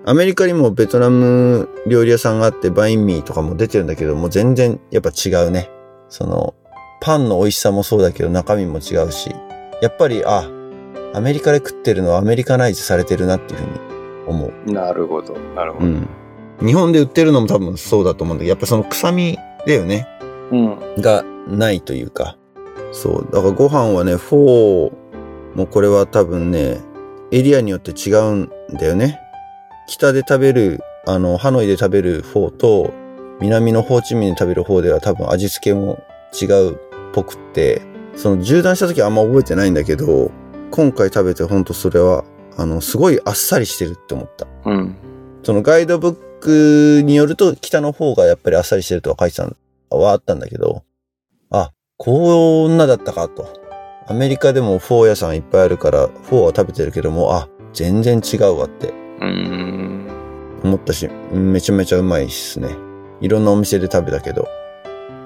A: アメリカにもベトナム料理屋さんがあって、バインミーとかも出てるんだけど、もう全然やっぱ違うね。その、パンの美味しさもそうだけど、中身も違うし、やっぱり、あ、アメリカで食ってるのはアメリカナイズされてるなっていうふうに思う。
B: なるほど。なるほ
A: う
B: ど。
A: ん。日本で売ってるのも多分そうだと思うんだけど、やっぱその臭みだよね。
B: うん。
A: がないというか。そう。だからご飯はね、フォーもこれは多分ね、エリアによって違うんだよね。北で食べる、あの、ハノイで食べるフォーと、南のホーチミンで食べるフォーでは多分味付けも違うっぽくって、その縦断した時はあんま覚えてないんだけど、今回食べてほんとそれは、あの、すごいあっさりしてるって思った。
B: うん。
A: そのガイドブックによると北の方がやっぱりあっさりしてるとは書いてたんはあったんだけど、あ、こんなだったかと。アメリカでもフォー屋さんいっぱいあるから、フォーは食べてるけども、あ、全然違うわって
B: うん。
A: 思ったし、めちゃめちゃうまいっすね。いろんなお店で食べたけど。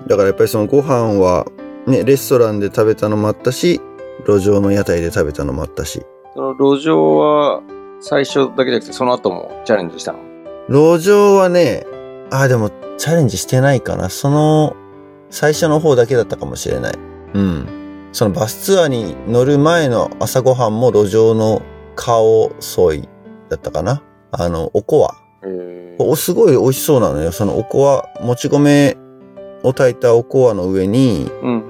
A: だからやっぱりそのご飯は、ね、レストランで食べたのもあったし、路上の屋台で食べたのもあったし、
B: その路上は最初だけじゃなくて、その後もチャレンジしたの。
A: 路上はね、あ、でもチャレンジしてないかな。その、最初の方だけだったかもしれない。うん。そのバスツアーに乗る前の朝ごはんも路上の顔ソイだったかな。あの、おこわ。
B: え
A: お、すごい美味しそうなのよ。そのおこわ、もち米を炊いたおこわの上に、
B: うん。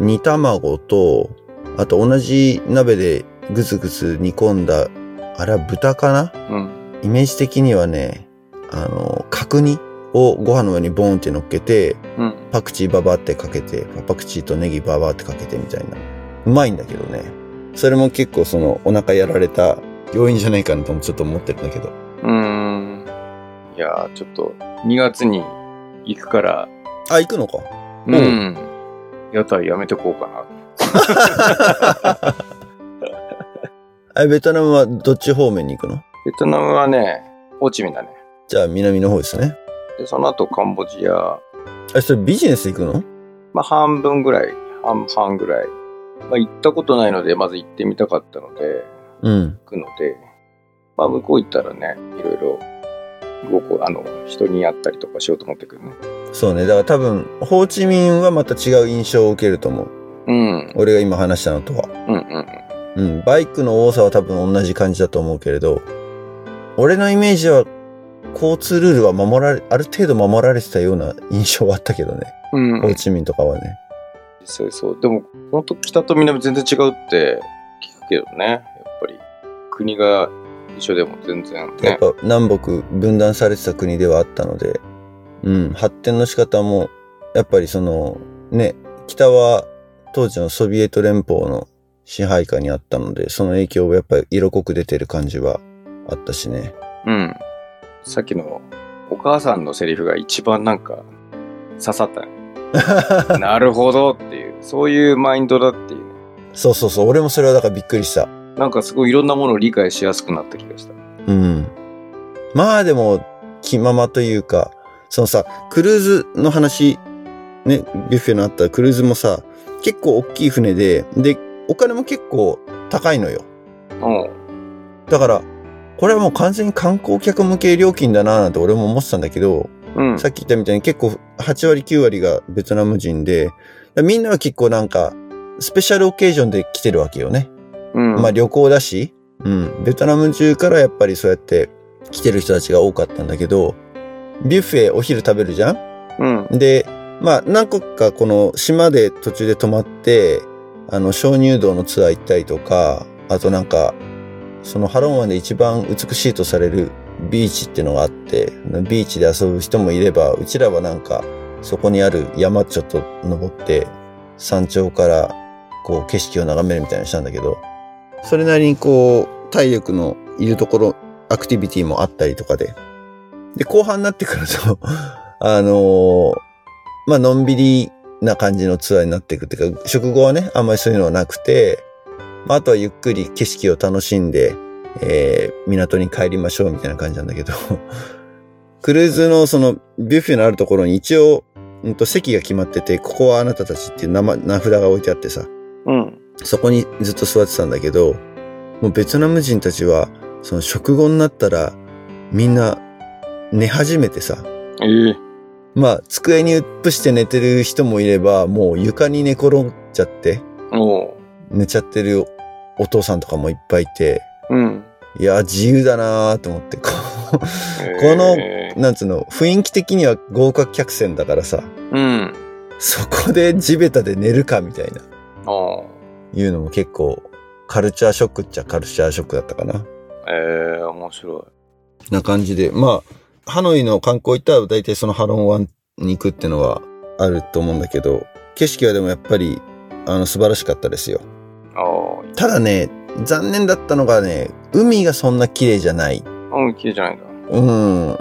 A: 煮卵と、あと同じ鍋でぐつぐつ煮込んだ、あれは豚かな
B: うん。
A: イメージ的にはね、あの、角煮をご飯の上にボーンって乗っけて、
B: うん。
A: パクチーババってかけて、パクチーとネギババってかけてみたいな。うまいんだけどね。それも結構そのお腹やられた要因じゃないかなともちょっと思ってるんだけど。
B: うん。いやー、ちょっと、2月に行くから、
A: あ、行くのか。
B: うんん。屋台やめてこうかな。
A: あベトナムはどっち方面に行くの
B: ベトナムはね、ホーチミンだね。
A: じゃあ南の方ですね。
B: で、その後カンボジア、
A: あ、それビジネスで行くの
B: まあ半分ぐらい、半々ぐらい。まあ行ったことないので、まず行ってみたかったので、
A: うん。
B: 行くので、まあ向こう行ったらね、いろいろ、ごこあの、人に会ったりとかしようと思ってくるね。
A: そうね。だから多分、ホーチミンはまた違う印象を受けると思う。
B: うん、
A: 俺が今話したのとは。
B: うん、うん。
A: うん、バイクの多さは多分同じ感じだと思うけれど、俺のイメージは、交通ルールは守られ、ある程度守られてたような印象はあったけどね。
B: うん、
A: ホーチミンとかはね。
B: 実際そう。でも、ほんと北と南全然違うって聞くけどね、やっぱり。国が一緒でも全
A: や
B: 然
A: っ
B: ね。
A: ぱ南北分断されてた国ではあったので、うん、発展の仕方も、やっぱりその、ね、北は当時のソビエト連邦の支配下にあったので、その影響をやっぱり色濃く出てる感じはあったしね。
B: うん。さっきのお母さんのセリフが一番なんか刺さった ね。なるほどっていう、そういうマインドだっていう。
A: そうそうそう、俺もそれはだからびっくりした。
B: なんかすごいいろんなものを理解しやすくなった気がした。
A: うん。まあでも、気ままというか、そのさ、クルーズの話、ね、ビュッフェのあったクルーズもさ、結構大きい船で、で、お金も結構高いのよ。
B: うん。
A: だから、これはもう完全に観光客向け料金だなぁなんて俺も思ってたんだけど、
B: うん。
A: さっき言ったみたいに結構8割9割がベトナム人で、みんなは結構なんか、スペシャルオケージョンで来てるわけよね。
B: うん。
A: まあ旅行だし、うん、ベトナム中からやっぱりそうやって来てる人たちが多かったんだけど、ビュッフェお昼食べるじゃん
B: うん。
A: で、まあ何個かこの島で途中で泊まって、あの鍾乳洞のツアー行ったりとか、あとなんか、そのハロン湾で一番美しいとされるビーチってのがあって、ビーチで遊ぶ人もいれば、うちらはなんかそこにある山ちょっと登って、山頂からこう景色を眺めるみたいにしたんだけど、それなりにこう体力のいるところ、アクティビティもあったりとかで。で、後半になってくると、 あのーまあ、のんびりな感じのツアーになっていくっていうか、食後はね、あんまりそういうのはなくて、まあ、あとはゆっくり景色を楽しんで、えー港に帰りましょうみたいな感じなんだけど、 クルーズのそのビュッフェのあるところに一応、うんと席が決まってて、ここはあなたたちっていう名前名札が置いてあってさ、
B: うん。
A: そこにずっと座ってたんだけど、もうベトナム人たちは、その食後になったら、みんな寝始めてさ、
B: ええ
A: まあ、机にうっぷして寝てる人もいれば、もう床に寝転っちゃって、
B: おう。
A: 寝ちゃってるお父さんとかもいっぱいいて、
B: うん。
A: いや、自由だなーと思って、こ
B: え え
A: このう、なんつうの、雰囲気的には豪華客船だからさ、
B: うん。
A: そこで地べたで寝るかみたいな、
B: あ
A: いうのも結構、カルチャーショックっちゃカルチャーショックだったかな。
B: あ。ええー、面白
A: な感じで、まあ、ハノイの観光行ったら大体そのハロン湾に行くってのはあると思うんだけど、景色はでもやっぱり、あの、素晴らしかったですよ。
B: い。あ
A: ただね、残念だったのがね、海がそんな綺麗じゃない。
B: あ。うん、綺麗じゃないんだ。
A: うん。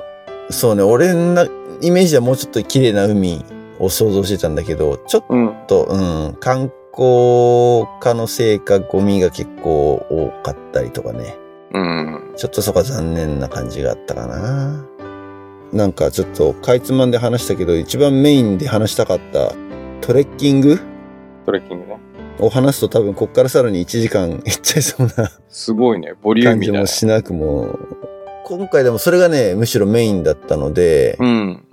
A: そうね、俺のイメージではもうちょっと綺麗な海を想像してたんだけど、ちょっ
B: うん。
A: と、うん、観光化のせいかゴミが結構多かったりとかね。
B: うん。
A: ちょっとそこは残念な感じがあったかな。なんかちょっとかいつまんで話したけど、一番メインで話したかったトレッキング
B: トレッキングね。
A: を話すと多分こっからさらに1時間 いっちゃいそうな
B: すごいね。ボリュー
A: 感
B: ミ
A: じ
B: ーだ
A: も
B: ね。
A: しなくも、今回でもそれがね、むしろメインだったので、
B: うん。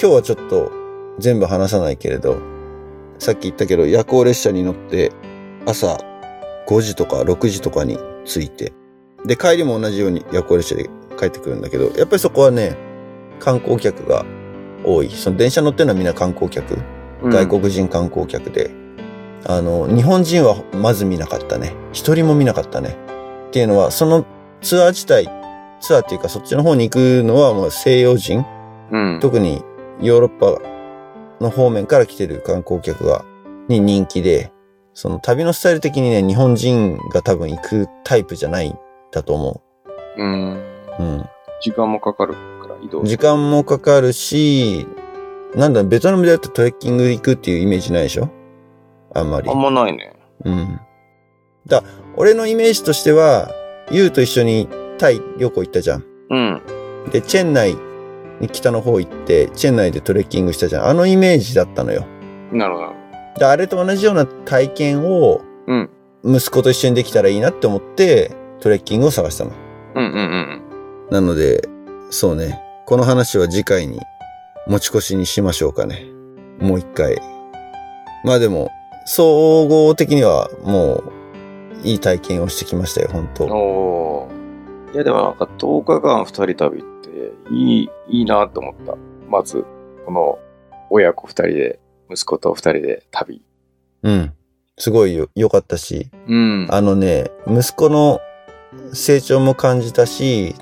A: 今日はちょっと全部話さないけれど、さっき言ったけど夜行列車に乗って朝5時とか6時とかに着いて、で帰りも同じように夜行列車で帰ってくるんだけど、やっぱりそこはね、観光客が多い。その電車乗ってるのはみんな観光客、
B: うん
A: 外。国人観光客で、あの、日本人はまず見なかったね。一人も見なかったね。っていうのは、そのツアー自体、ツアーっていうかそっちの方に行くのはもう西洋人
B: うん。
A: 特にヨーロッパの方面から来てる観光客が、に人気で、その旅のスタイル的にね、日本人が多分行くタイプじゃないんだと思
B: うん。
A: う。うん。
B: 時間もかかるから、移動。
A: 時間もかかるし、なんだ、ベトナムでやったトレッキング行くっていうイメージないでしょあんまり
B: あん。まないね。
A: うん。だ、俺のイメージとしては、ユウと一緒にタイ旅行行ったじゃん。
B: うん。
A: で、チェン内に北の方行って、チェン内でトレッキングしたじゃん。あのイメージだったのよ。
B: なるほど。
A: で、あれと同じような体験を、
B: うん
A: 息子と一緒にできたらいいなって思って、トレッキングを探したの。
B: うんうんうん。
A: なので、そうね。この話は次回に持ち越しにしましょうかね。もう一回。まあでも、総合的にはもう、いい体験をしてきましたよ、本当
B: おお。いや、でもなんか10日間2人旅って、いい、いいなと思った。まず、この、親子2人で、息子と2人で旅。
A: うん。すごいよ、良かったし、
B: うん。
A: あのね、息子の成長も感じたし、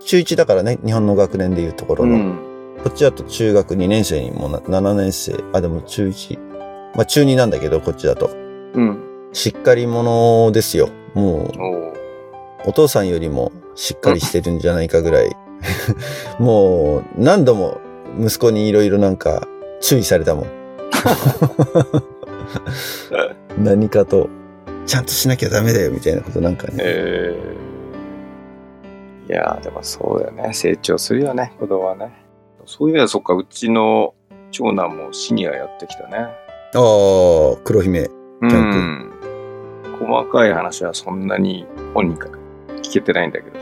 A: 中1だからね、日本の学年でいうところの。
B: うん。
A: こっちだと中学2年生にもな、7年生、あ、でも中1。まあ中2なんだけど、こっちだと。
B: うん。
A: しっかり者ですよ。もう、
B: おお。
A: お父さんよりもしっかりしてるんじゃないかぐらい。 もう、何度も息子にいろいろなんか注意されたもん。何かと、ちゃんとしなきゃダメだよ、みたいなことなんかね。
B: えーいやーでもそうだよね成長するよね子供はねそういえばそっかうちの長男もシニアやってきたね
A: ああ、黒姫。
B: う
A: ちゃんと
B: ん細かい話はそんなに本人から聞けてないんだけど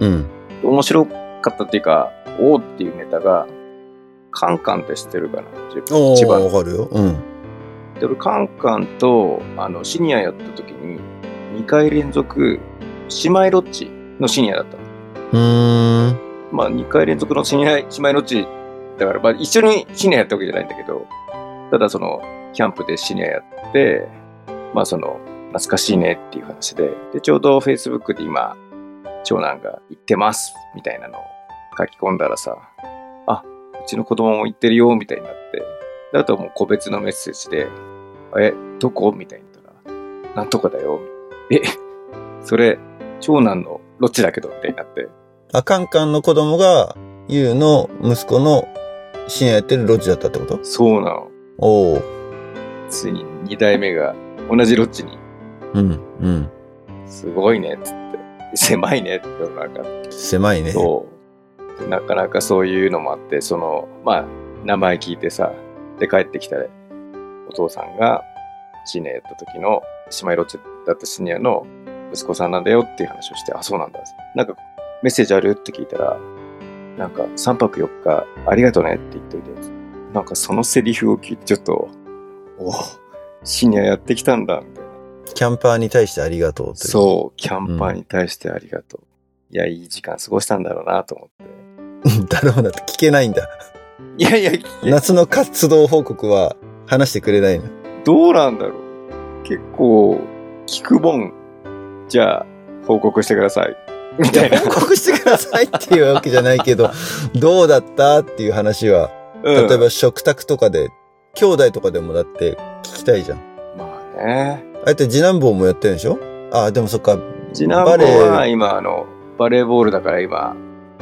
A: うん。
B: 面白かったっていうか「おーっていうネタがカンカンって知ってるかな
A: お
B: 千
A: ー、
B: 葉の
A: わかるよ。うん。
B: で俺カンカンとあのシニアやった時に2回連続姉妹ロッチのシニアだったの
A: うーん。
B: まあ、2回連続のシニア、姉妹のうち、だから、まあ、一緒にシニアやったわけじゃないんだけど、ただその、キャンプでシニアやって、まあ、その、懐かしいねっていう話で、で、ちょうど Facebook で今、長男が行ってます、みたいなのを書き込んだらさ、あ、うちの子供も行ってるよ、みたいになって、であとはもう個別のメッセージで、え、どこみたいに言ったら、なんとかだよ。え、それ、長男のロッチだけど、みたいになって、
A: あ、カンカンの子供が、ユウの息子の深夜やってるロッジだったってこと
B: そうなの。
A: おー。
B: ついに2代目が同じロッジに、
A: うん、うん。
B: すごいねっつって、狭いねって世の中
A: 狭いね。
B: そう。なかなかそういうのもあって、その、まあ、名前聞いてさ、で帰ってきたら、お父さんがシニアやった時の、姉妹ロッジだったシニアの息子さんなんだよっていう話をして、あ、そうなんだ。なんか、メッセージあるって聞いたら、なんか、3泊4日ありがとうねって言っといて、なんかそのセリフを聞いて、ちょっと、おぉシニアやってきたんだ、みたいな。
A: キャンパーに対してありがとうという。
B: そう、キャンパーに対してありがとう。いや、いい時間過ごしたんだろうなと思って。
A: だろうなって聞けないんだ。
B: いやいや、いや
A: 夏の活動報告は話してくれないな。
B: どうなんだろう結構、聞くもん。じゃあ、報告してください。みたいな。
A: 報告してくださいっていうわけじゃないけど、どうだったっていう話は、
B: うん
A: 例えば食卓とかで、兄弟とかでもだって聞きたいじゃん。
B: まあね。
A: あれって次男坊もやってるんでしょああ、でもそっか、
B: 次男
A: バ
B: 坊
A: レー
B: は今、あの、バレーボールだから今、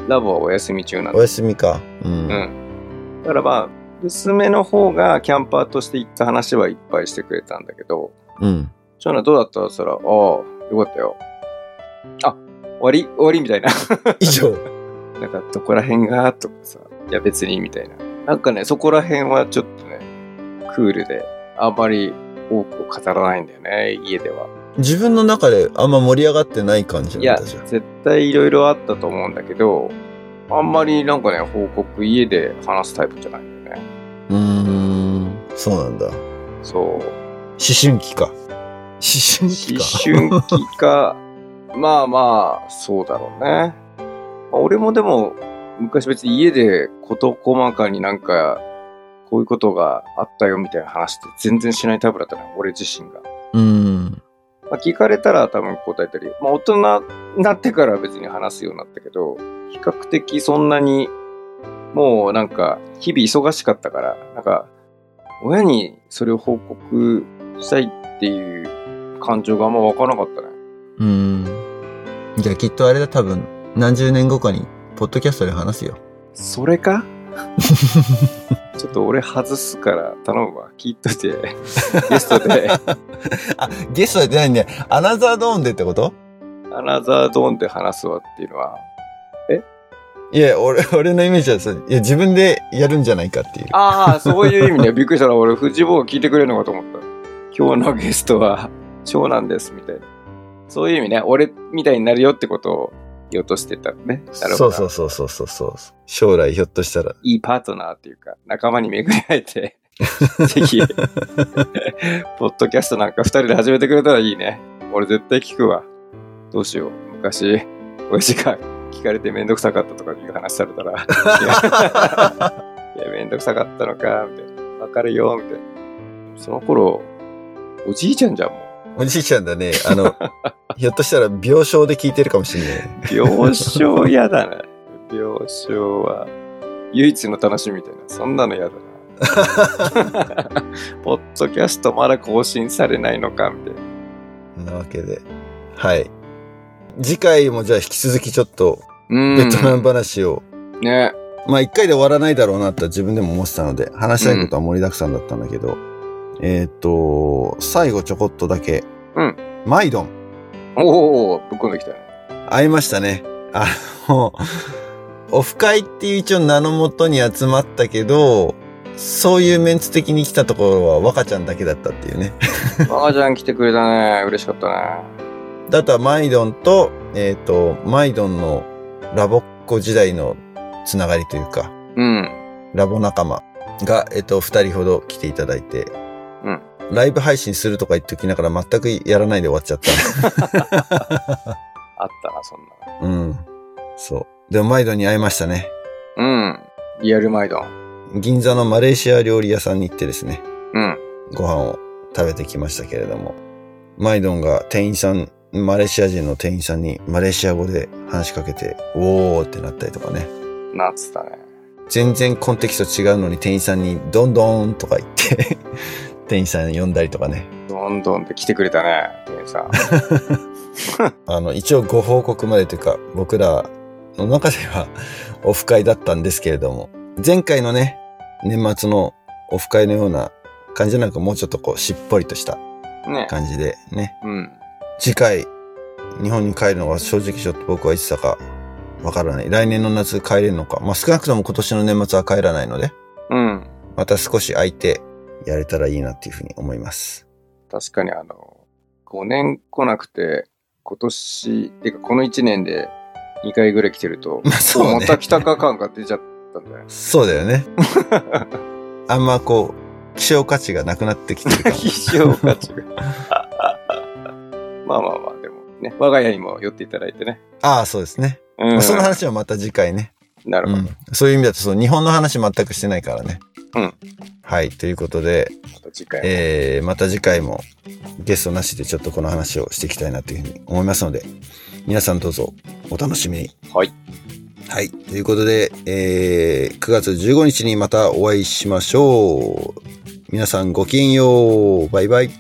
B: ラボはお休み中なん
A: お
B: で。
A: 休みか。うん。
B: うん。だからまあ、娘の方がキャンパーとして行った話はいっぱいしてくれたんだけど、
A: うん。
B: 長男どうだったって言ったら、ああ、よかったよ。あ、終わり終わりみたいな。
A: 以上。
B: なんか、どこら辺がとかさ、いや別にみたいな。なんかね、そこら辺はちょっとね、クールで、あんまり多く語らないんだよね、家では。
A: 自分の中であんま盛り上がってない感じな
B: い
A: ん
B: や、
A: だじゃん。
B: 絶対いろいろあったと思うんだけど、あんまりなんかね、報告家で話すタイプじゃないんだよね。
A: うーん。そうなんだ。思
B: そう。
A: 春期か。思春期
B: 思
A: か。
B: 春期か、 まあまあ、そうだろうね。まあ俺もでも、昔別に家で事細かになんか、こういうことがあったよみたいな話って全然しないタイプだったね、俺自身が。
A: うん。
B: まあ、聞かれたら多分答えたり、まあ、大人になってから別に話すようになったけど、比較的そんなに、もうなんか、日々忙しかったから、なんか、親にそれを報告したいっていう感情があんま湧かなかったね。
A: うん。じゃあきっとあれだ、多分、何十年後かに、ポッドキャストで話すよ。
B: それか ちょっと俺外すから頼むわ。聞いといて。 ゲストで、
A: あ、ゲストで出ないんで、アナザードーンでってこと
B: アナザードーンで話すわっていうのは。
A: いや、俺、俺のイメージはそう、いや、自分でやるんじゃないかっていう。
B: ああ、そういう意味でびっくりしたら俺、藤坊が聞いてくれるのかと思った。今日のゲストは長男ですみたいな。そういう意味ね、俺みたいになるよってことを言おうとしてたのね。な
A: そう
B: るほどな。
A: そうそうそうそうそう。将来ひょっとしたら。
B: いいパートナーっていうか、仲間に巡り会えて、ぜひ、ポッドキャストなんか二人で始めてくれたらいいね。俺絶対聞くわ。どうしよう。昔、親父が聞かれてめんどくさかったとかいう話されたら、いや、いやめんどくさかったのか、みたいな。わかるよ、みたいな。その頃、おじいちゃんじゃん、もう。
A: おじいちゃんだね。あ の、ひょっとしたら病床で聞いてるかもしれない。
B: 病床嫌だね。病床は、唯一の楽しみみたいな。そんなの嫌だな。 ポッドキャストまだ更新されないのかみたいな。
A: そんなわけで。はい。次回もじゃあ引き続きちょっと、
B: うん。
A: ベトナム話を、
B: ね。
A: まあ一回で終わらないだろうなとは自分でも思ってたので、話したいことは盛りだくさんだったんだけど、えーっと、最後ちょこっとだけ、
B: うん
A: マイドン、
B: おお、ぶっこんでき たね。
A: 会いましたね。あの、 オフ会っていう一応名のもとに集まったけど、そういうメンツ的に来たところは若ちゃんだけだったっていうね。
B: マージャン来てくれたね。嬉しかったね。
A: だとはマイドンと、えっ、と、マイドンのラボっ子時代のつながりというか、
B: うん。
A: ラボ仲間が、えっ、と、二人ほど来ていただいて、
B: うん
A: ライブ配信するとか言っときながら全くやらないで終わっちゃった。
B: あったな、そんな
A: うん。そう。でも、マイドンに会いましたね。
B: の。うん。リアルマイドン。
A: 銀座のマレーシア料理屋さんに行ってですね、
B: うん。
A: ご飯を食べてきましたけれども、マイドンが店員さん、マレーシア人の店員さんにマレーシア語で話しかけて、おーってなったりとかね。
B: なってたね。
A: 全然コンテキスト違うのに店員さんにどんどんとか言って 店員さん呼んだりとかね。
B: どんどんって来てくれたね。店員さ ん。
A: あの、一応ご報告までというか、僕らの中では オフ会だったんですけれども、前回のね、年末のオフ会のような感じなんかもうちょっとこうしっぽりとした
B: ね。
A: 感じでね、
B: うん。
A: 次回日本に帰るのが正直ちょっと僕はいつだかわからない。来年の夏帰れるのか。まあ、少なくとも今年の年末は帰らないので、
B: うん。
A: また少し空いてやれたらいいなっていうふうに思います。
B: 確かにあの、5年来なくて、今年、てかこの1年で2回ぐらい来てると、
A: まあそうね
B: また来たか感が出ちゃったんだよね。
A: そうだよね。あんまこう、希少価値がなくなってきてる かも。
B: 希少価値が。まあまあまあ、でもね、我が家にも寄っていただいてね。
A: ああ、そうですね。
B: う
A: その話はまた次回ね。
B: なる
A: う
B: ほど。
A: ん。そういう意味だと、その日本の話全くしてないからね。
B: うん
A: はい、ということで、
B: また次回も
A: えーまた次回もゲストなしでちょっとこの話をしていきたいなというふうに思いますので、皆さんどうぞお楽しみに。
B: はい。
A: はい。ということで、えー9月15日にまたお会いしましょう。皆さんごきげんよう。バイバイ。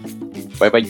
B: バイバイ。